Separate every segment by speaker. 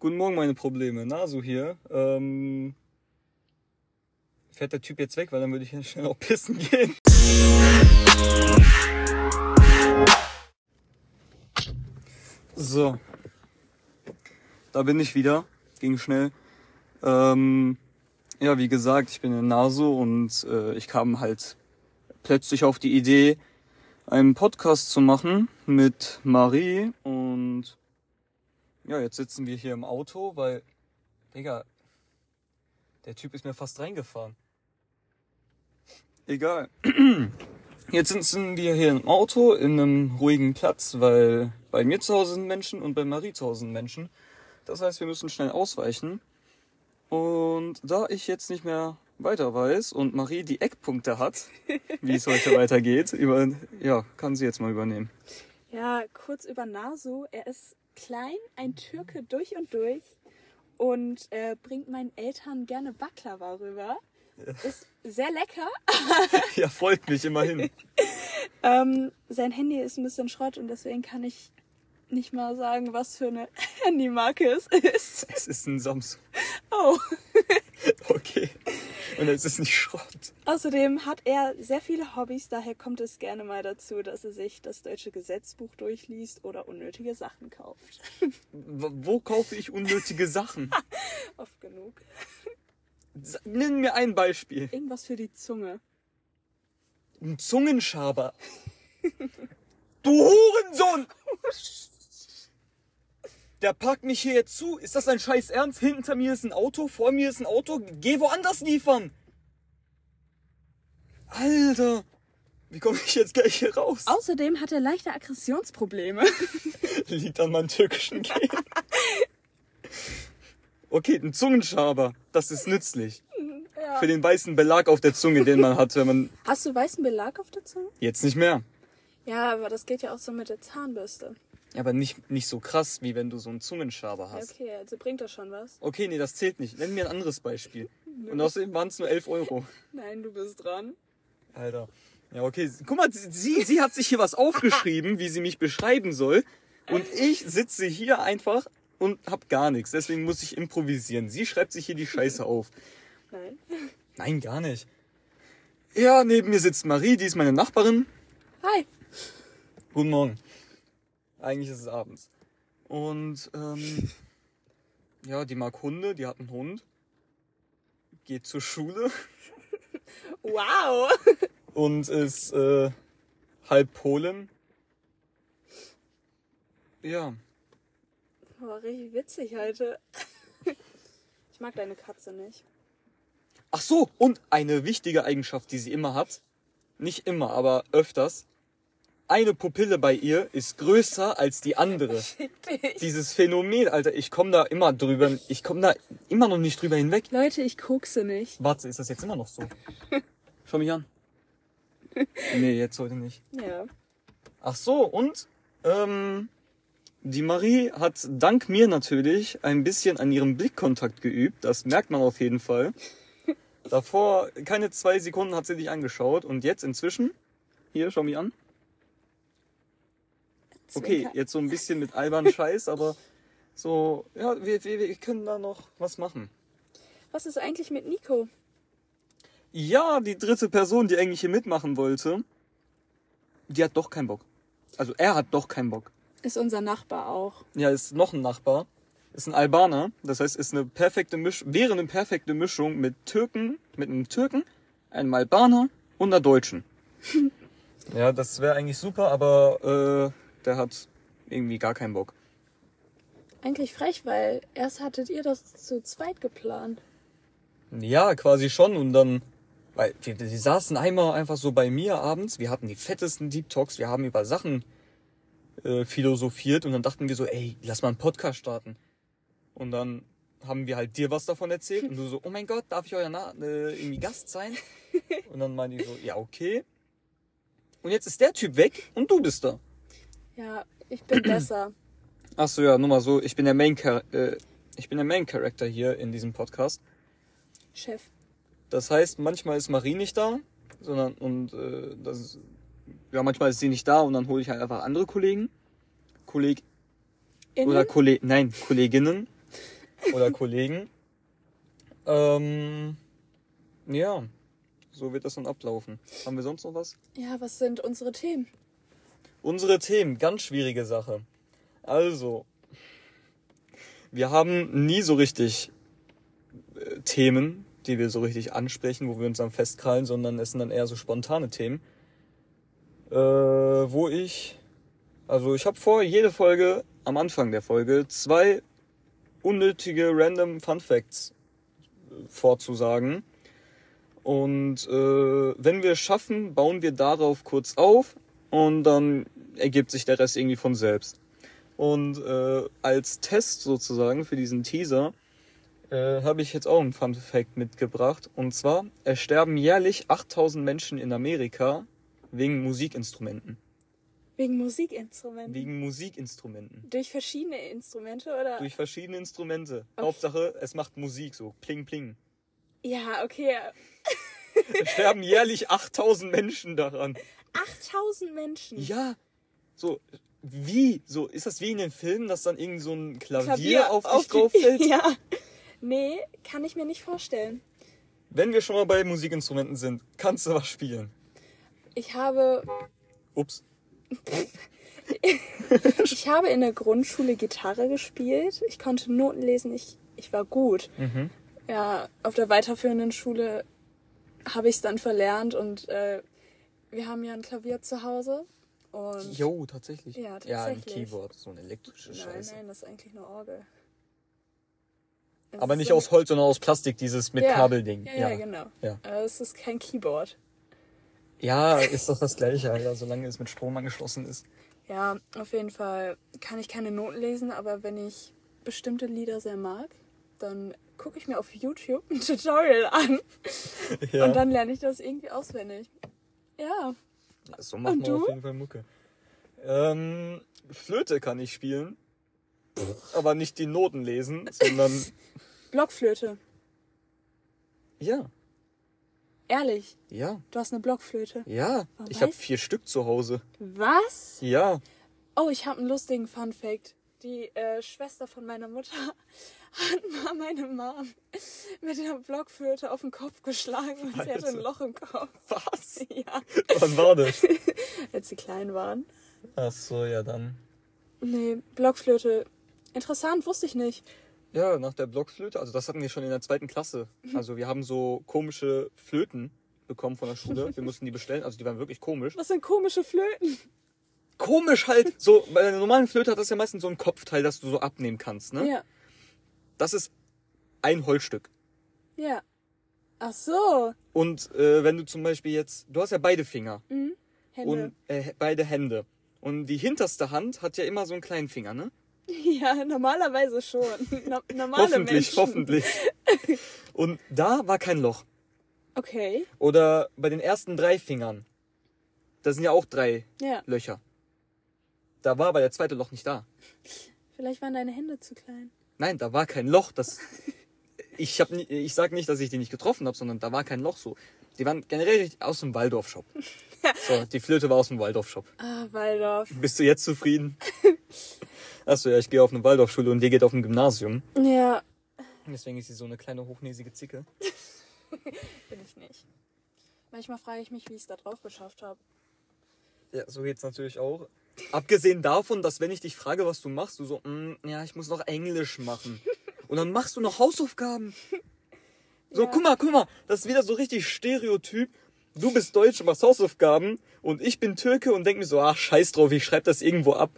Speaker 1: Guten Morgen, meine Probleme. Nasu hier. Ähm, fährt der Typ jetzt weg, weil dann würde ich ja schnell auch pissen gehen. So. Da bin ich wieder. Ging schnell. Ähm, ja, wie gesagt, ich bin in Nasu und äh, ich kam halt plötzlich auf die Idee, einen Podcast zu machen mit Marie und ja, jetzt sitzen wir hier im Auto, weil, Digga, der Typ ist mir fast reingefahren. Egal. Jetzt sitzen wir hier im Auto in einem ruhigen Platz, weil bei mir zu Hause sind Menschen und bei Marie zu Hause sind Menschen. Das heißt, wir müssen schnell ausweichen. Und da ich jetzt nicht mehr weiter weiß und Marie die Eckpunkte hat, wie es heute weitergeht, über, ja, kann sie jetzt mal übernehmen.
Speaker 2: Ja, kurz über Nasu. Er ist klein, ein Türke durch und durch und äh, bringt meinen Eltern gerne Baklava rüber. Ist sehr lecker.
Speaker 1: Ja, freut mich immerhin.
Speaker 2: Ähm, sein Handy ist ein bisschen Schrott und deswegen kann ich nicht mal sagen, was für eine Handymarke es ist.
Speaker 1: Es ist ein Samsung.
Speaker 2: Oh.
Speaker 1: Okay. Und es ist nicht Schrott.
Speaker 2: Außerdem hat er sehr viele Hobbys, daher kommt es gerne mal dazu, dass er sich das deutsche Gesetzbuch durchliest oder unnötige Sachen kauft.
Speaker 1: W- Wo kaufe ich unnötige Sachen?
Speaker 2: Oft genug.
Speaker 1: S- Nenn mir ein Beispiel.
Speaker 2: Irgendwas für die Zunge.
Speaker 1: Ein Zungenschaber. Du Hurensohn! Der packt mich hier jetzt zu. Ist das ein scheiß Ernst? Hinter mir ist ein Auto, vor mir ist ein Auto. Geh woanders liefern. Alter. Wie komme ich jetzt gleich hier raus?
Speaker 2: Außerdem hat er leichte Aggressionsprobleme.
Speaker 1: Liegt an meinem türkischen Gen. Okay, ein Zungenschaber. Das ist nützlich. Für den weißen Belag auf der Zunge, den man hat, wenn man.
Speaker 2: Hast du weißen Belag auf der Zunge?
Speaker 1: Jetzt nicht mehr.
Speaker 2: Ja, aber das geht ja auch so mit der Zahnbürste.
Speaker 1: Ja, Aber nicht, nicht so krass, wie wenn du so einen Zungenschaber
Speaker 2: Ja,
Speaker 1: hast.
Speaker 2: Okay, also bringt das schon was.
Speaker 1: Okay, nee, das zählt nicht. Nenn mir ein anderes Beispiel. Und außerdem waren es nur 11 Euro.
Speaker 2: Nein, du bist dran.
Speaker 1: Alter. Ja, okay. Guck mal, sie, sie hat sich hier was aufgeschrieben, wie sie mich beschreiben soll. Und ich sitze hier einfach und hab gar nichts. Deswegen muss ich improvisieren. Sie schreibt sich hier die Scheiße auf.
Speaker 2: Nein.
Speaker 1: Nein, gar nicht. Ja, neben mir sitzt Marie, die ist meine Nachbarin.
Speaker 2: Hi.
Speaker 1: Guten Morgen. Eigentlich ist es abends. Und ähm, ja, die mag Hunde, die hat einen Hund. Geht zur Schule
Speaker 2: Wow.
Speaker 1: und ist äh, halb Polen. Ja,
Speaker 2: War richtig witzig heute. Ich mag deine Katze nicht.
Speaker 1: Ach so, und eine wichtige Eigenschaft, die sie immer hat, nicht immer, aber öfters, eine Pupille bei ihr ist größer als die andere. Dieses Phänomen, Alter, ich komme da immer drüber, ich komme da immer noch nicht drüber hinweg.
Speaker 2: Leute, ich kokse nicht.
Speaker 1: Warte, ist das jetzt immer noch so? Schau mich an. Nee, jetzt heute nicht.
Speaker 2: Ja.
Speaker 1: Ach so, und ähm, die Marie hat dank mir natürlich ein bisschen an ihrem Blickkontakt geübt. Das merkt man auf jeden Fall. Davor, keine zwei Sekunden hat sie dich angeschaut und jetzt inzwischen, hier, schau mich an. Okay,
Speaker 2: Zwinker.
Speaker 1: jetzt so ein bisschen mit albernen Scheiß, aber so, ja, wir, wir, wir können da noch was machen.
Speaker 2: Was ist eigentlich mit Nico?
Speaker 1: Ja, die dritte Person, die eigentlich hier mitmachen wollte, die hat doch keinen Bock. Also er hat doch keinen Bock.
Speaker 2: Ist unser Nachbar auch.
Speaker 1: Ja, ist noch ein Nachbar. Ist ein Albaner. Das heißt, ist eine perfekte Misch wäre eine perfekte Mischung mit Türken, mit einem Türken, einem Albaner und einer Deutschen. ja, das wäre eigentlich super, aber äh, der hat irgendwie gar keinen Bock.
Speaker 2: Eigentlich frech, weil erst hattet ihr das zu zweit geplant.
Speaker 1: Ja, quasi schon. Und dann, weil wir, wir saßen einmal einfach so bei mir abends. Wir hatten die fettesten Deep Talks. Wir haben über Sachen äh, philosophiert. Und dann dachten wir so, ey, lass mal einen Podcast starten. Und dann haben wir halt dir was davon erzählt. Und du so, oh mein Gott, darf ich euer Na äh, irgendwie Gast sein? Und dann meinte ich so, ja, okay. Und jetzt ist der Typ weg und du bist da.
Speaker 2: Ja, ich bin besser.
Speaker 1: Ach so, ja, nur mal so. Ich bin der Main, Char- äh, ich bin der Main Character hier in diesem Podcast.
Speaker 2: Chef.
Speaker 1: Das heißt, manchmal ist Marie nicht da, sondern und äh, das ist, ja manchmal ist sie nicht da und dann hole ich halt einfach andere Kollegen, Kolleg
Speaker 2: Innen?
Speaker 1: oder Kolleg, nein Kolleginnen oder Kollegen. Ähm, ja, so wird das dann ablaufen. Haben wir sonst noch was?
Speaker 2: Ja, was sind unsere Themen?
Speaker 1: Unsere Themen, ganz schwierige Sache. Also, wir haben nie so richtig äh, Themen, die wir so richtig ansprechen, wo wir uns am festkrallen, sondern es sind dann eher so spontane Themen, äh, wo ich, also ich habe vor, jede Folge, am Anfang der Folge, zwei unnötige random Fun Facts äh, vorzusagen. Und äh, wenn wir es schaffen, bauen wir darauf kurz auf und dann ergibt sich der Rest irgendwie von selbst. Und äh, als Test sozusagen für diesen Teaser äh, habe ich jetzt auch einen Fun Fact mitgebracht. Und zwar, es sterben jährlich 8000 Menschen in Amerika wegen Musikinstrumenten.
Speaker 2: Wegen Musikinstrumenten.
Speaker 1: Wegen Musikinstrumenten.
Speaker 2: Durch verschiedene Instrumente oder?
Speaker 1: Durch verschiedene Instrumente.
Speaker 2: Okay.
Speaker 1: Hauptsache, es macht Musik so. Pling, pling.
Speaker 2: ja, okay.
Speaker 1: Es sterben jährlich 8000 Menschen daran.
Speaker 2: 8000 Menschen.
Speaker 1: Ja, so wie, so ist das wie in den Filmen, dass dann irgend so ein Klavier, auf dich
Speaker 2: die-
Speaker 1: drauf fällt?
Speaker 2: Ja. Nee, kann ich mir nicht vorstellen.
Speaker 1: Wenn wir schon mal bei Musikinstrumenten sind, kannst du was spielen.
Speaker 2: Ich habe,
Speaker 1: Ups.
Speaker 2: ich habe in der Grundschule Gitarre gespielt. Ich konnte Noten lesen. Ich, ich war gut.
Speaker 1: Mhm.
Speaker 2: Ja, auf der weiterführenden Schule habe ich es dann verlernt und äh, wir haben ja ein Klavier zu Hause. Und
Speaker 1: Jo, tatsächlich.
Speaker 2: Ja,
Speaker 1: Ja, ein
Speaker 2: tatsächlich.
Speaker 1: Keyboard, so eine elektrische
Speaker 2: nein,
Speaker 1: Scheiße.
Speaker 2: nein, das ist eigentlich eine Orgel. Das
Speaker 1: Aber
Speaker 2: ist
Speaker 1: nicht
Speaker 2: so-
Speaker 1: aus Holz, sondern aus Plastik, dieses mit
Speaker 2: Ja.
Speaker 1: Kabelding.
Speaker 2: Ja, ja, genau.
Speaker 1: Ja.
Speaker 2: Aber es ist kein Keyboard.
Speaker 1: Ja, ist doch das gleiche, Alter, solange es mit Strom angeschlossen ist.
Speaker 2: Ja, auf jeden Fall kann ich keine Noten lesen, aber wenn ich bestimmte Lieder sehr mag, dann gucke ich mir auf YouTube ein Tutorial an
Speaker 1: Ja.
Speaker 2: und dann lerne ich das irgendwie auswendig. Ja,
Speaker 1: so machen
Speaker 2: Und
Speaker 1: wir
Speaker 2: du?
Speaker 1: auf jeden Fall Mucke. Ähm, Flöte kann ich spielen, aber nicht die Noten lesen, sondern
Speaker 2: Blockflöte.
Speaker 1: ja,
Speaker 2: Ehrlich,
Speaker 1: ja,
Speaker 2: du hast eine Blockflöte.
Speaker 1: ja.
Speaker 2: Warum
Speaker 1: Ich habe
Speaker 2: weiß-
Speaker 1: vier Stück zu Hause.
Speaker 2: Was?
Speaker 1: Ja,
Speaker 2: Oh, ich habe einen lustigen Fun Fact. Die äh, Schwester von meiner Mutter hat mal meine Mom mit einer Blockflöte auf den Kopf geschlagen und sie hatte ein
Speaker 1: Scheiße.
Speaker 2: Loch im Kopf.
Speaker 1: was?
Speaker 2: Ja,
Speaker 1: Wann war das?
Speaker 2: als sie klein waren.
Speaker 1: Ach so, ja dann.
Speaker 2: Nee, Blockflöte. Interessant, wusste ich nicht.
Speaker 1: Ja, nach der Blockflöte, also das hatten wir schon in der zweiten Klasse.
Speaker 2: Mhm.
Speaker 1: Also wir haben so komische Flöten bekommen von der Schule. Wir mussten die bestellen, also die waren wirklich komisch.
Speaker 2: Was sind komische Flöten?
Speaker 1: Komisch halt, so bei einer normalen Flöte hat das ja meistens so ein Kopfteil, das du so abnehmen kannst, ne?
Speaker 2: Ja,
Speaker 1: Das ist ein Holzstück.
Speaker 2: ja. Ach so.
Speaker 1: Und äh, wenn du zum Beispiel jetzt, du hast ja beide Finger
Speaker 2: Mhm. Hände.
Speaker 1: und äh, beide Hände. Und die hinterste Hand hat ja immer so einen kleinen Finger, ne?
Speaker 2: Ja, normalerweise schon. No normale
Speaker 1: hoffentlich,
Speaker 2: Menschen.
Speaker 1: hoffentlich. Und da war kein Loch.
Speaker 2: Okay,
Speaker 1: Oder bei den ersten drei Fingern. Da sind ja auch drei
Speaker 2: ja.
Speaker 1: Löcher. Da war aber der zweite Loch nicht da.
Speaker 2: Vielleicht waren deine Hände zu klein.
Speaker 1: Nein, da war kein Loch. Das ich hab, nie- ich sag nicht, dass ich die nicht getroffen habe, sondern da war kein Loch so. Die waren generell richtig aus dem Waldorf-Shop. So, die Flöte war aus dem Waldorf-Shop.
Speaker 2: Ah, Waldorf.
Speaker 1: Bist du jetzt zufrieden? Achso, ja, ich gehe auf eine Waldorfschule und die geht auf ein Gymnasium.
Speaker 2: Ja,
Speaker 1: Deswegen ist sie so eine kleine hochnäsige Zicke.
Speaker 2: bin ich nicht. Manchmal frage ich mich, wie ich es da drauf geschafft habe.
Speaker 1: Ja, so geht's natürlich auch. Abgesehen davon, dass wenn ich dich frage, was du machst, du so, "Mm, ja, ich muss noch Englisch machen. Und dann machst du noch Hausaufgaben. So,
Speaker 2: Ja.
Speaker 1: guck mal, guck mal, das ist wieder so richtig Stereotyp. Du bist Deutsch und machst Hausaufgaben und ich bin Türke und denk mir so, ach, scheiß drauf, ich schreib das irgendwo ab.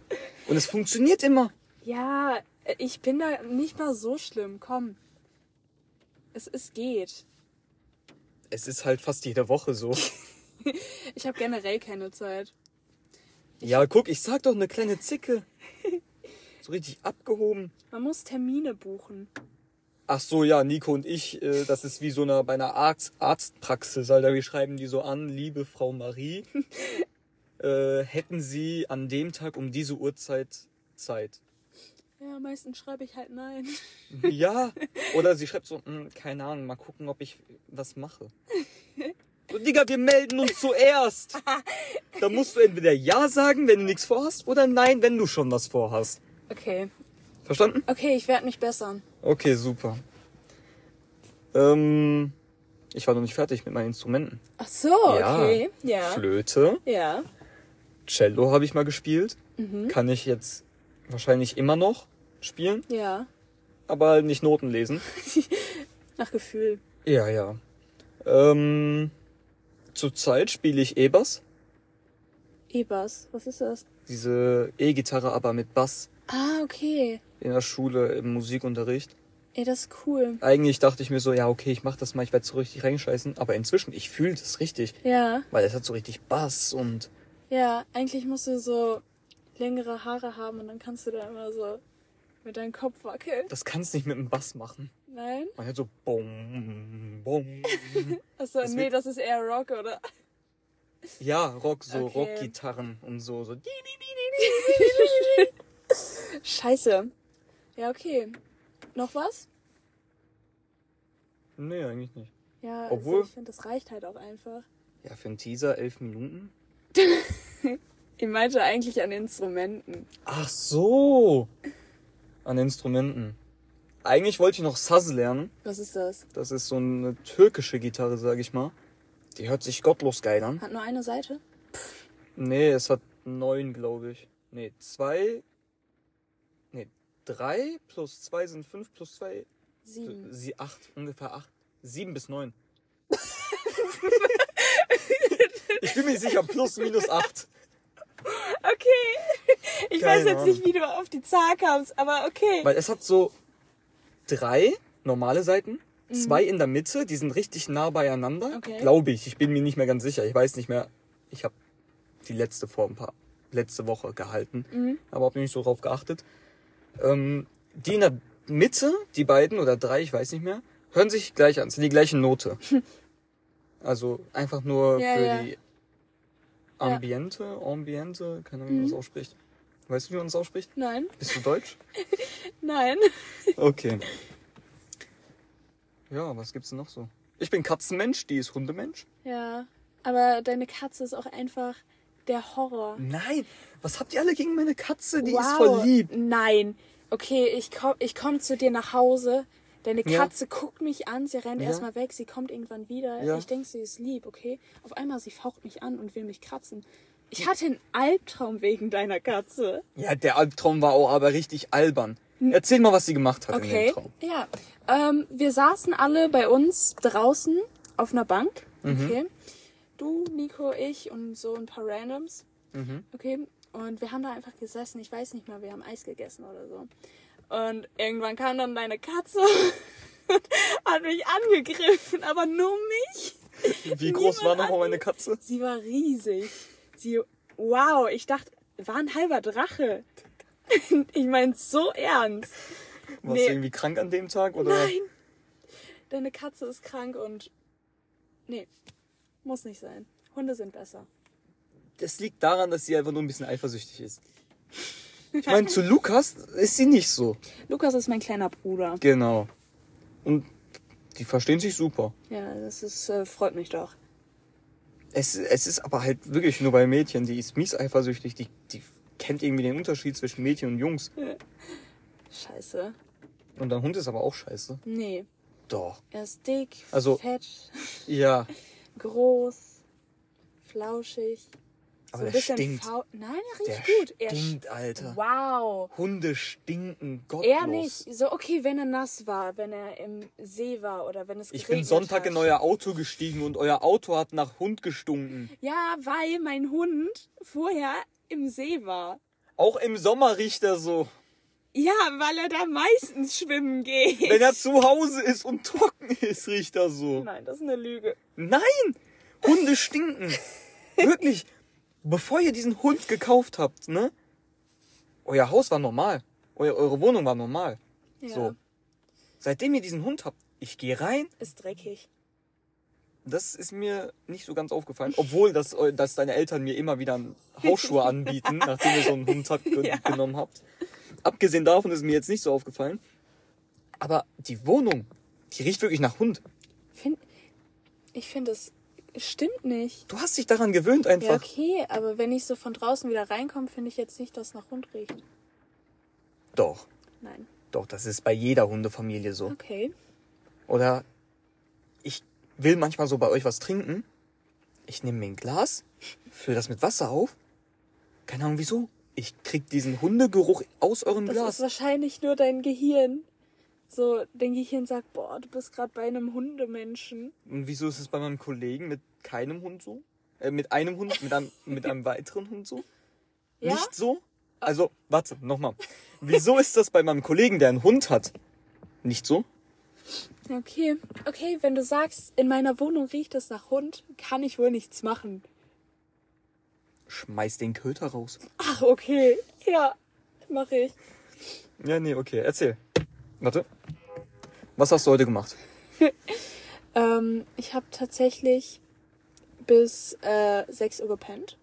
Speaker 1: Und es funktioniert immer.
Speaker 2: Ja, ich bin da nicht mal so schlimm. Komm. Es, es geht.
Speaker 1: Es ist halt fast jede Woche so.
Speaker 2: Ich habe generell keine Zeit.
Speaker 1: Ja, guck, ich sag doch eine kleine Zicke. So richtig abgehoben.
Speaker 2: Man muss Termine buchen.
Speaker 1: Ach so, ja, Nico und ich, äh, das ist wie so einer, bei einer Arzt, Arztpraxis, Alter, wir schreiben die so an, liebe Frau Marie, äh, hätten Sie an dem Tag um diese Uhrzeit Zeit?
Speaker 2: Ja, meistens schreibe ich halt nein.
Speaker 1: Ja, oder sie schreibt so, "Hm, keine Ahnung, mal gucken, ob ich was mache. So, Digga, wir melden uns zuerst. Da musst du entweder Ja sagen, wenn du nichts vorhast, oder Nein, wenn du schon was vorhast.
Speaker 2: Okay.
Speaker 1: Verstanden?
Speaker 2: Okay, ich werde mich bessern.
Speaker 1: Okay, super. Ähm, ich war noch nicht fertig mit meinen Instrumenten.
Speaker 2: Ach so,
Speaker 1: Ja.
Speaker 2: okay. Ja.
Speaker 1: Flöte,
Speaker 2: Ja.
Speaker 1: Cello habe ich mal gespielt.
Speaker 2: Mhm.
Speaker 1: Kann ich jetzt wahrscheinlich immer noch spielen,
Speaker 2: Ja.
Speaker 1: aber halt nicht Noten lesen.
Speaker 2: Nach Gefühl.
Speaker 1: Ja, ja. Ähm, zurzeit spiele ich E-Bass.
Speaker 2: E-Bass. Was ist das?
Speaker 1: Diese E-Gitarre aber mit Bass
Speaker 2: Ah, okay.
Speaker 1: in der Schule im Musikunterricht.
Speaker 2: Ey, das ist cool.
Speaker 1: Eigentlich dachte ich mir so, ja, okay, ich mach das mal, ich werde so richtig reinscheißen. Aber inzwischen, ich fühle das richtig,
Speaker 2: Ja.
Speaker 1: weil es hat so richtig Bass und
Speaker 2: Ja, eigentlich musst du so längere Haare haben und dann kannst du da immer so mit deinem Kopf wackeln.
Speaker 1: das kannst nicht mit dem Bass machen.
Speaker 2: Nein?
Speaker 1: Man hört so bum, bum.
Speaker 2: Achso,
Speaker 1: Das
Speaker 2: nee,
Speaker 1: wird-
Speaker 2: das ist eher Rock, oder?
Speaker 1: Ja, Rock, so
Speaker 2: Okay.
Speaker 1: Rockgitarren und so. so.
Speaker 2: Scheiße. Ja, okay. Noch was?
Speaker 1: Nee, eigentlich nicht.
Speaker 2: Ja,
Speaker 1: Obwohl-
Speaker 2: also ich finde, das reicht halt auch einfach.
Speaker 1: Ja, für einen Teaser elf Minuten.
Speaker 2: Ich meinte eigentlich an Instrumenten.
Speaker 1: Ach so. An Instrumenten. Eigentlich wollte ich noch Saz lernen.
Speaker 2: Was ist das?
Speaker 1: Das ist so eine türkische Gitarre, sag ich mal. Die hört sich gottlos geil an.
Speaker 2: Hat nur eine Seite?
Speaker 1: Nee, es hat neun, glaube ich. Nee, zwei. Nee, drei plus zwei sind fünf plus zwei.
Speaker 2: Sieben.
Speaker 1: Äh, Sie acht, ungefähr acht. Sieben bis neun. ich bin mir nicht sicher, plus minus acht.
Speaker 2: Okay. Ich
Speaker 1: Keine
Speaker 2: weiß jetzt nicht, wie du auf die Zahl kamst, aber okay.
Speaker 1: Weil es hat so drei normale Seiten, zwei in der Mitte, die sind richtig nah beieinander.
Speaker 2: Mhm. Okay.
Speaker 1: Glaube ich. Ich bin mir nicht mehr ganz sicher. Ich weiß nicht mehr. Ich habe die letzte vor ein paar letzte Woche gehalten,
Speaker 2: Mhm.
Speaker 1: aber habe nicht so drauf geachtet. Ähm, die in der Mitte, die beiden oder drei, ich weiß nicht mehr, hören sich gleich an. Es sind die gleiche Note. also einfach nur
Speaker 2: Ja,
Speaker 1: für
Speaker 2: ja.
Speaker 1: die Ambiente, Ambiente, keine Ahnung, wie man
Speaker 2: Mhm.
Speaker 1: das ausspricht. Weißt du, wie man das ausspricht?
Speaker 2: Nein,
Speaker 1: Bist du deutsch?
Speaker 2: nein.
Speaker 1: Okay. Ja, was gibt's denn noch so? Ich bin Katzenmensch, die ist Hundemensch.
Speaker 2: Ja, aber deine Katze ist auch einfach der Horror.
Speaker 1: Nein, was habt ihr alle gegen meine Katze? Die
Speaker 2: wow.
Speaker 1: ist voll lieb.
Speaker 2: Nein. Okay, ich komm, ich komm zu dir nach Hause. Deine
Speaker 1: Ja.
Speaker 2: Katze guckt mich an, sie rennt
Speaker 1: Ja.
Speaker 2: erstmal weg, sie kommt irgendwann wieder.
Speaker 1: Ja.
Speaker 2: Ich denke, sie ist lieb, okay? Auf einmal, sie faucht mich an und will mich kratzen. Ich hatte einen Albtraum wegen deiner Katze.
Speaker 1: Ja, der Albtraum war auch aber richtig albern. Erzähl mal, was sie gemacht hat in
Speaker 2: Okay.
Speaker 1: dem Traum.
Speaker 2: Ja. Ähm, wir saßen alle bei uns draußen auf einer Bank.
Speaker 1: Mhm.
Speaker 2: Okay. Du, Nico, ich und so ein paar Randoms.
Speaker 1: Mhm.
Speaker 2: Okay. Und wir haben da einfach gesessen. Ich weiß nicht mal, wir haben Eis gegessen oder so. Und irgendwann kam dann deine Katze und hat mich angegriffen, aber nur mich.
Speaker 1: Wie groß war
Speaker 2: Niemand
Speaker 1: nochmal
Speaker 2: hat-
Speaker 1: meine Katze?
Speaker 2: Sie war riesig. Sie, wow, ich dachte, war ein halber Drache. Ich meine, so ernst.
Speaker 1: Warst
Speaker 2: Nee.
Speaker 1: du irgendwie krank an dem Tag? Oder?
Speaker 2: Nein! Deine Katze ist krank und. Nee, muss nicht sein. Hunde sind besser.
Speaker 1: Das liegt daran, dass sie einfach nur ein bisschen eifersüchtig ist. Ich meine, zu Lukas ist sie nicht so.
Speaker 2: Lukas ist mein kleiner Bruder.
Speaker 1: Genau. Und die verstehen sich super.
Speaker 2: Ja, das ist, äh, freut mich doch.
Speaker 1: Es, es ist aber halt wirklich nur bei Mädchen, die ist mies eifersüchtig, die, die kennt irgendwie den Unterschied zwischen Mädchen und Jungs.
Speaker 2: Scheiße.
Speaker 1: Und dein Hund ist aber auch scheiße.
Speaker 2: Nee,
Speaker 1: Doch.
Speaker 2: er ist dick,
Speaker 1: Also-
Speaker 2: fett,
Speaker 1: Ja,
Speaker 2: groß, flauschig.
Speaker 1: aber
Speaker 2: so ein
Speaker 1: der
Speaker 2: bisschen
Speaker 1: stinkt.
Speaker 2: faul. Nein, er
Speaker 1: Der
Speaker 2: riecht gut. Er
Speaker 1: stinkt, Alter.
Speaker 2: Wow.
Speaker 1: Hunde stinken gottlos.
Speaker 2: Er nicht. So, okay, wenn er nass war, wenn er im See war oder wenn es
Speaker 1: Ich bin
Speaker 2: geregnet
Speaker 1: Sonntag
Speaker 2: hat.
Speaker 1: in euer Auto gestiegen und euer Auto hat nach Hund gestunken.
Speaker 2: Ja, weil mein Hund vorher im See war.
Speaker 1: Auch im Sommer riecht er so.
Speaker 2: Ja, weil er da meistens schwimmen geht.
Speaker 1: Wenn er zu Hause ist und trocken ist, riecht er so.
Speaker 2: Nein, das ist eine Lüge.
Speaker 1: Nein! Hunde stinken! Wirklich! Bevor ihr diesen Hund gekauft habt, ne? Euer Haus war normal. Eu eure Wohnung war normal.
Speaker 2: Ja,
Speaker 1: So. Seitdem ihr diesen Hund habt, ich gehe rein,
Speaker 2: ist dreckig.
Speaker 1: das ist mir nicht so ganz aufgefallen. Obwohl, dass, eu- dass deine Eltern mir immer wieder Hausschuhe anbieten, nachdem ihr so einen Hund habt, ge genommen habt. Abgesehen davon ist mir jetzt nicht so aufgefallen. Aber die Wohnung, die riecht wirklich nach Hund.
Speaker 2: Find, ich finde, das stimmt nicht.
Speaker 1: Du hast dich daran gewöhnt
Speaker 2: Ja,
Speaker 1: einfach.
Speaker 2: okay, aber wenn ich so von draußen wieder reinkomme, finde ich jetzt nicht, dass nach Hund riecht.
Speaker 1: Doch.
Speaker 2: Nein.
Speaker 1: Doch, das ist bei jeder Hundefamilie so.
Speaker 2: Okay.
Speaker 1: Oder ich will manchmal so bei euch was trinken. Ich nehme mir ein Glas, fülle das mit Wasser auf. Keine Ahnung wieso. Ich krieg diesen Hundegeruch aus eurem
Speaker 2: Das
Speaker 1: Glas.
Speaker 2: ist wahrscheinlich nur dein Gehirn. So, dein Gehirn sagt, boah, du bist gerade bei einem Hundemenschen.
Speaker 1: Und wieso ist es bei meinem Kollegen mit keinem Hund so? Äh, mit einem Hund, mit einem, mit einem weiteren Hund so?
Speaker 2: Ja?
Speaker 1: Nicht so? Also, warte, nochmal. Wieso ist das bei meinem Kollegen, der einen Hund hat, nicht so?
Speaker 2: Okay. Okay, wenn du sagst, in meiner Wohnung riecht es nach Hund, kann ich wohl nichts machen.
Speaker 1: Schmeiß den Köter raus.
Speaker 2: Ach, okay. Ja, mache ich.
Speaker 1: Ja, nee, okay, erzähl. Warte. Was hast du heute gemacht?
Speaker 2: Ähm, ich habe tatsächlich bis äh, 6 Uhr gepennt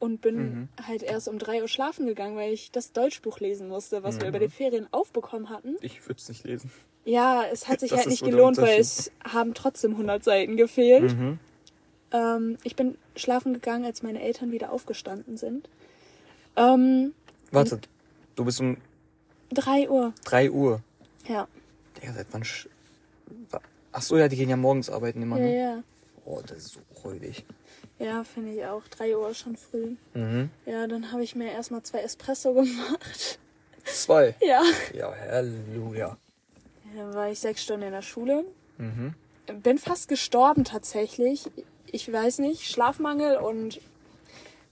Speaker 2: und
Speaker 1: Mhm.
Speaker 2: bin halt erst um 3 Uhr schlafen gegangen, weil ich das Deutschbuch lesen musste, was
Speaker 1: Mhm.
Speaker 2: wir über die Ferien aufbekommen hatten.
Speaker 1: Ich würde es nicht lesen.
Speaker 2: Ja, es hat sich
Speaker 1: Das
Speaker 2: halt
Speaker 1: ist
Speaker 2: nicht
Speaker 1: wohl der
Speaker 2: gelohnt, weil es
Speaker 1: Unterschied.
Speaker 2: haben trotzdem 100 Seiten gefehlt.
Speaker 1: Mhm.
Speaker 2: Ähm, ich bin schlafen gegangen, als meine Eltern wieder aufgestanden sind. Ähm,
Speaker 1: Warte, du bist um
Speaker 2: 3 Uhr,
Speaker 1: 3 Uhr.
Speaker 2: ja.
Speaker 1: Digga, seit wann... Sch wa- Ach so, ja, die gehen ja morgens arbeiten immer,
Speaker 2: Ja,
Speaker 1: ne?
Speaker 2: ja.
Speaker 1: Oh, das ist so räudig.
Speaker 2: Ja, finde ich auch. 3 Uhr ist schon früh.
Speaker 1: Mhm.
Speaker 2: Ja, dann habe ich mir erstmal zwei Espresso gemacht.
Speaker 1: Zwei.
Speaker 2: Ja.
Speaker 1: Ja, Halleluja.
Speaker 2: Dann Äh, war ich sechs Stunden in der Schule.
Speaker 1: Mhm.
Speaker 2: Bin fast gestorben tatsächlich. Ich weiß nicht, Schlafmangel und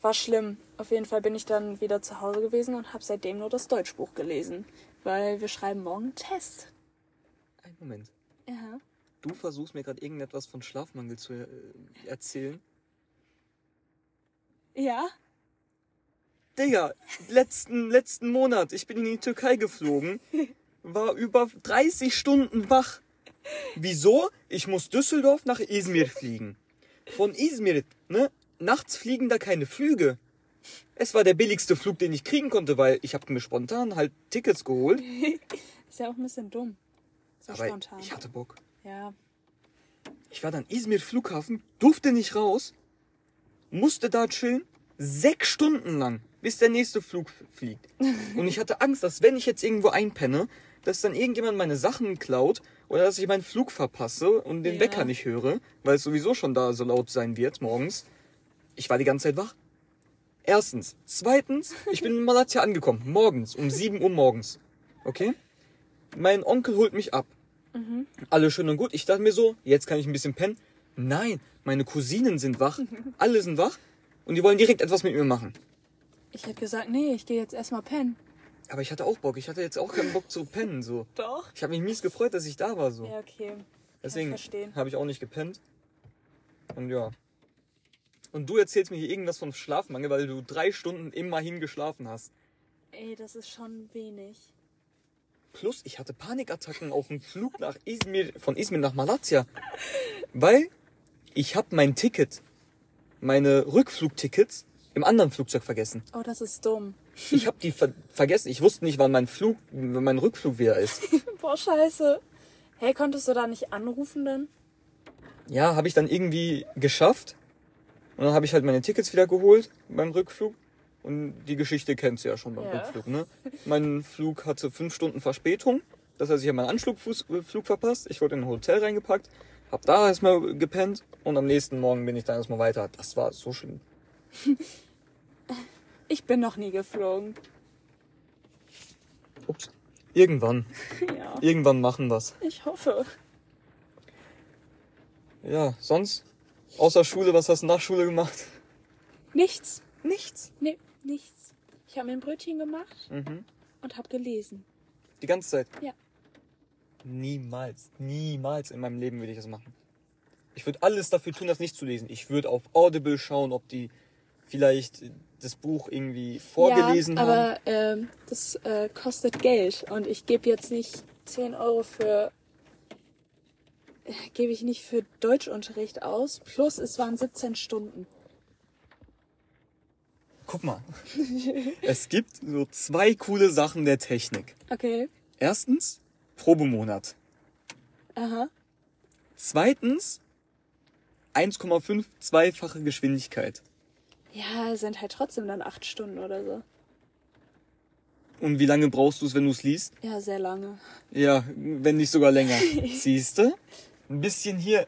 Speaker 2: war schlimm. Auf jeden Fall bin ich dann wieder zu Hause gewesen und habe seitdem nur das Deutschbuch gelesen. Weil wir schreiben morgen einen Test.
Speaker 1: Einen Moment.
Speaker 2: Ja.
Speaker 1: Du versuchst mir gerade irgendetwas von Schlafmangel zu äh, erzählen.
Speaker 2: Ja?
Speaker 1: Digga, letzten, letzten Monat, ich bin in die Türkei geflogen, war über 30 Stunden wach. Wieso? Ich muss Düsseldorf nach Izmir fliegen. Von Izmir, ne? Nachts fliegen da keine Flüge. Es war der billigste Flug, den ich kriegen konnte, weil ich habe mir spontan halt Tickets geholt.
Speaker 2: Ist ja auch ein bisschen dumm. So
Speaker 1: Aber
Speaker 2: spontan.
Speaker 1: ich hatte Bock.
Speaker 2: ja.
Speaker 1: Ich war dann Izmir Flughafen, durfte nicht raus, musste da chillen, sechs Stunden lang, bis der nächste Flug f- fliegt. Und ich hatte Angst, dass wenn ich jetzt irgendwo einpenne, dass dann irgendjemand meine Sachen klaut oder dass ich meinen Flug verpasse und den
Speaker 2: Ja.
Speaker 1: Wecker nicht höre, weil es sowieso schon da so laut sein wird morgens. Ich war die ganze Zeit wach. Erstens. Zweitens, ich bin in Malatya angekommen, morgens, um 7 Uhr morgens. Okay? Mein Onkel holt mich ab alles schön und gut. Ich dachte mir so, jetzt kann ich ein bisschen pennen. Nein, meine Cousinen sind wach, alle sind wach und die wollen direkt etwas mit mir machen.
Speaker 2: Ich hätte gesagt, nee, ich gehe jetzt erstmal pennen.
Speaker 1: Aber ich hatte auch Bock, ich hatte jetzt auch keinen Bock zu pennen so.
Speaker 2: Doch.
Speaker 1: Ich habe mich mies gefreut, dass ich da war so.
Speaker 2: Ja, okay.
Speaker 1: Deswegen
Speaker 2: verstehen.
Speaker 1: habe ich auch nicht gepennt. Und ja. Und du erzählst mir hier irgendwas vom Schlafmangel, weil du drei Stunden immerhin geschlafen hast.
Speaker 2: Ey, das ist schon wenig.
Speaker 1: Plus, ich hatte Panikattacken auf dem Flug nach Izmir, von Izmir nach Malatya. Weil ich habe mein Ticket, meine Rückflugtickets im anderen Flugzeug vergessen.
Speaker 2: Oh, das ist dumm.
Speaker 1: Ich habe die ver vergessen. Ich wusste nicht, wann mein Flug, wann mein Rückflug wieder ist.
Speaker 2: Boah, scheiße. Hey, konntest du da nicht anrufen dann?
Speaker 1: Ja, habe ich dann irgendwie geschafft. Und dann habe ich halt meine Tickets wieder geholt beim Rückflug. Und die Geschichte kennst du ja schon beim
Speaker 2: Ja.
Speaker 1: Rückflug, ne? Mein Flug hatte fünf Stunden Verspätung. Das heißt, ich habe meinen Anschlugflug Flug verpasst. Ich wurde in ein Hotel reingepackt, habe da erstmal gepennt und am nächsten Morgen bin ich dann erstmal weiter. Das war so schlimm.
Speaker 2: Ich bin noch nie geflogen.
Speaker 1: Ups. Irgendwann.
Speaker 2: Ja,
Speaker 1: Irgendwann machen wir's.
Speaker 2: ich hoffe.
Speaker 1: Ja, sonst? Außer Schule, was hast du nach Schule gemacht?
Speaker 2: Nichts.
Speaker 1: Nichts.
Speaker 2: Nee, nichts. Ich habe mir ein Brötchen gemacht
Speaker 1: Mhm.
Speaker 2: und habe gelesen.
Speaker 1: Die ganze Zeit?
Speaker 2: Ja.
Speaker 1: Niemals, niemals in meinem Leben würde ich das machen. Ich würde alles dafür tun, das nicht zu lesen. Ich würde auf Audible schauen, ob die vielleicht das Buch irgendwie vorgelesen
Speaker 2: ja,
Speaker 1: haben.
Speaker 2: aber ähm, das äh, kostet Geld und ich gebe jetzt nicht 10 Euro für äh, gebe ich nicht für Deutschunterricht aus. Plus es waren 17 Stunden.
Speaker 1: Guck mal. es gibt so zwei coole Sachen der Technik.
Speaker 2: Okay.
Speaker 1: Erstens, Probemonat.
Speaker 2: Aha.
Speaker 1: Zweitens, 1,5 zweifache Geschwindigkeit.
Speaker 2: Ja, es sind halt trotzdem dann 8 Stunden oder so.
Speaker 1: Und wie lange brauchst du es, wenn du es liest?
Speaker 2: Ja, sehr lange.
Speaker 1: Ja, wenn nicht sogar länger. Siehst du? Ein bisschen hier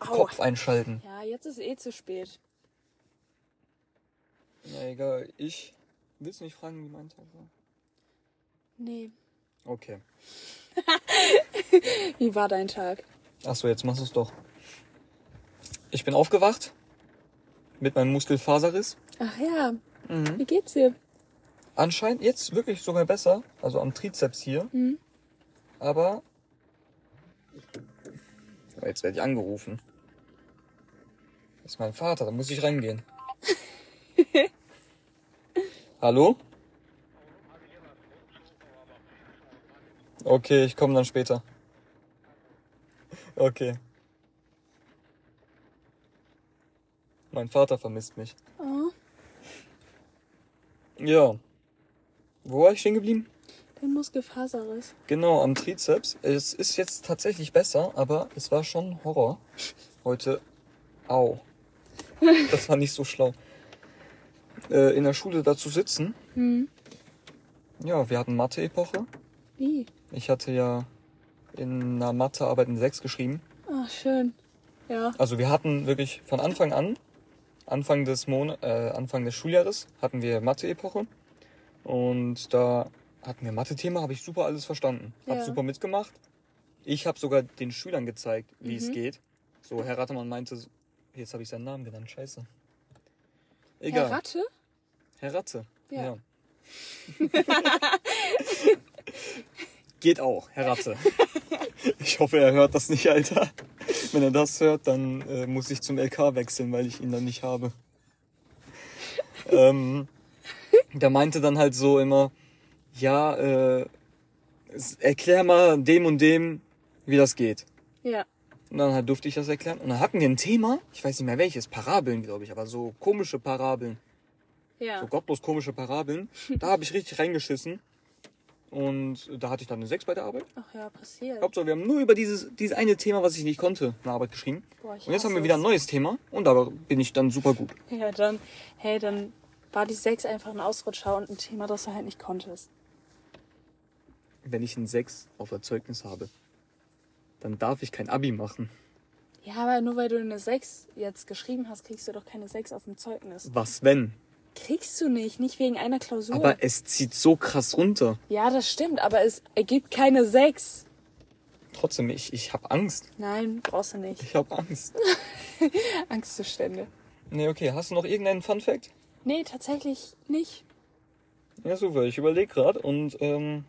Speaker 2: Au.
Speaker 1: Kopf einschalten.
Speaker 2: Ja, jetzt ist eh zu spät.
Speaker 1: Na egal, ich willst du nicht fragen, wie mein Tag war?
Speaker 2: Nee.
Speaker 1: Okay.
Speaker 2: Wie war dein Tag?
Speaker 1: Achso, jetzt machst du es doch. Ich bin aufgewacht mit meinem Muskelfaserriss.
Speaker 2: Ach ja.
Speaker 1: Mhm.
Speaker 2: Wie geht's dir?
Speaker 1: Anscheinend jetzt wirklich sogar besser, also am Trizeps hier. Aber Oh, jetzt werde ich angerufen. Das ist mein Vater, da muss ich rangehen. Hallo? Okay, ich komme dann später. Okay. Mein Vater vermisst mich.
Speaker 2: Oh,
Speaker 1: Ja. Wo war ich stehen geblieben?
Speaker 2: dein Muskelfaserriss.
Speaker 1: Genau, am Trizeps. Es ist jetzt tatsächlich besser, aber es war schon Horror. Heute. Au. Das war nicht so schlau. Äh, in der Schule da zu sitzen.
Speaker 2: Hm.
Speaker 1: Ja, wir hatten Mathe-Epoche.
Speaker 2: Wie?
Speaker 1: Ich hatte ja in einer Mathearbeit in 6 geschrieben.
Speaker 2: Ach, Ah, schön. Ja.
Speaker 1: Also wir hatten wirklich von Anfang an, Anfang des Mon äh, Anfang des Schuljahres, hatten wir Mathe-Epoche. Und da hatten wir Mathe-Thema, habe ich super alles verstanden. Hab
Speaker 2: Ja.
Speaker 1: super mitgemacht. Ich habe sogar den Schülern gezeigt, wie es
Speaker 2: Mhm.
Speaker 1: geht. So, Herr Rattemann meinte, so- jetzt habe ich seinen Namen genannt, scheiße. Egal.
Speaker 2: Herr Ratte?
Speaker 1: Herr Ratze.
Speaker 2: Ja.
Speaker 1: Geht auch, Herr Ratze. Ich hoffe, er hört das nicht, Alter. Wenn er das hört, dann äh, muss ich zum LK wechseln, weil ich ihn dann nicht habe. Ähm, der meinte dann halt so immer, ja, äh, s- erklär mal dem und dem, wie das geht.
Speaker 2: Ja.
Speaker 1: Und dann halt durfte ich das erklären. Und dann hatten wir ein Thema, ich weiß nicht mehr welches, Parabeln, glaube ich, aber so komische Parabeln
Speaker 2: Ja.
Speaker 1: so gottlos komische Parabeln. Da habe ich richtig reingeschissen. Und da hatte ich dann eine 6 bei der Arbeit.
Speaker 2: Ach ja, passiert.
Speaker 1: Hauptsache, wir haben nur über dieses, dieses eine Thema, was ich nicht konnte, eine Arbeit geschrieben.
Speaker 2: Boah, ich
Speaker 1: Und jetzt haben wir
Speaker 2: hasse
Speaker 1: wieder ein
Speaker 2: es.
Speaker 1: neues Thema und da bin ich dann super gut.
Speaker 2: Ja, dann, hey, dann war die 6 einfach ein Ausrutscher und ein Thema, das du halt nicht konntest.
Speaker 1: Wenn ich ein 6 auf Erzeugnis habe, dann darf ich kein Abi machen.
Speaker 2: Ja, aber nur weil du eine 6 jetzt geschrieben hast, kriegst du doch keine 6 auf dem Zeugnis.
Speaker 1: Was wenn?
Speaker 2: Kriegst du nicht, nicht wegen einer Klausur.
Speaker 1: Aber es zieht so krass runter.
Speaker 2: ja, das stimmt, aber es ergibt keine 6.
Speaker 1: Trotzdem, ich, ich habe Angst.
Speaker 2: Nein, brauchst du nicht.
Speaker 1: Ich habe Angst.
Speaker 2: Angstzustände.
Speaker 1: Nee, okay, hast du noch irgendeinen Fun Fact?
Speaker 2: Nee, tatsächlich nicht.
Speaker 1: Ja, super. Ich überlege gerade und ähm,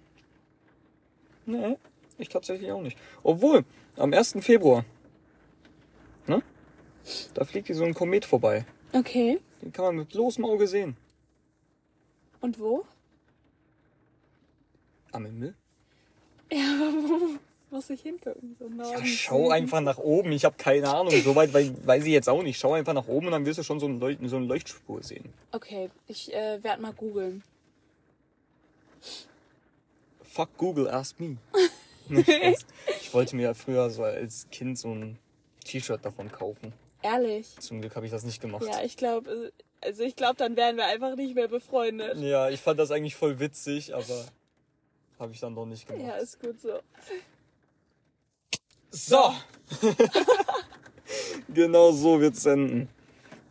Speaker 1: nee, ich tatsächlich auch nicht. Obwohl, am 1. Februar, ne? Da fliegt hier so ein Komet vorbei.
Speaker 2: Okay.
Speaker 1: Den kann man mit bloßem Auge sehen.
Speaker 2: Und wo?
Speaker 1: Am Himmel?
Speaker 2: Muss ich hingucken? So
Speaker 1: Ja,
Speaker 2: Norden,
Speaker 1: schau
Speaker 2: Süden.
Speaker 1: einfach nach oben. Ich habe keine Ahnung. So weit wei- weiß ich jetzt auch nicht. Schau einfach nach oben und dann wirst du schon so, ein Leucht so eine Leuchtspur sehen.
Speaker 2: Okay, ich äh, werde mal googeln.
Speaker 1: Fuck Google, ask me. Nee, Spaß. ich wollte mir ja früher so als Kind so ein T-Shirt davon kaufen.
Speaker 2: Ehrlich.
Speaker 1: Zum Glück habe ich das nicht gemacht.
Speaker 2: Ja, ich glaube, also ich glaube, dann wären wir einfach nicht mehr befreundet.
Speaker 1: Ja, ich fand das eigentlich voll witzig, aber habe ich dann doch nicht gemacht.
Speaker 2: Ja, ist gut so.
Speaker 1: So! genau so wird's enden.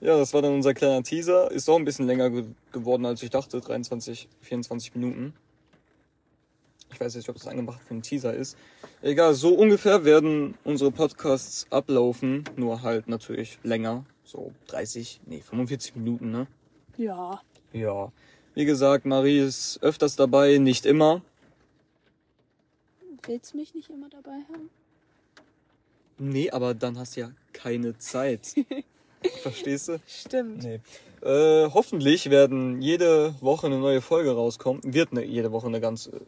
Speaker 1: Ja, das war dann unser kleiner Teaser. Ist auch ein bisschen länger ge geworden, als ich dachte. 23, 24 Minuten. Ich weiß nicht, ob das angebracht für einen Teaser ist. Egal, so ungefähr werden unsere Podcasts ablaufen. Nur halt natürlich länger. So 30, nee, 45 Minuten, ne?
Speaker 2: Ja.
Speaker 1: Ja. Wie gesagt, Marie ist öfters dabei, nicht immer.
Speaker 2: Willst du mich nicht immer dabei haben?
Speaker 1: Nee, aber dann hast du ja keine Zeit. Verstehst du?
Speaker 2: Stimmt.
Speaker 1: Nee. Äh, hoffentlich werden jede Woche eine neue Folge rauskommen. Wird ne, jede Woche eine ganze.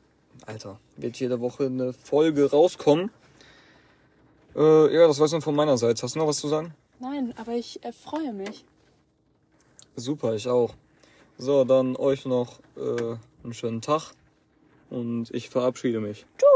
Speaker 1: Alter, wird jede Woche eine Folge rauskommen. Äh, ja, das war's nun von meiner Seite. Hast du noch was zu sagen?
Speaker 2: Nein, aber ich äh, freue mich.
Speaker 1: Super, ich auch. So, dann euch noch äh, einen schönen Tag und ich verabschiede mich. Tschüss.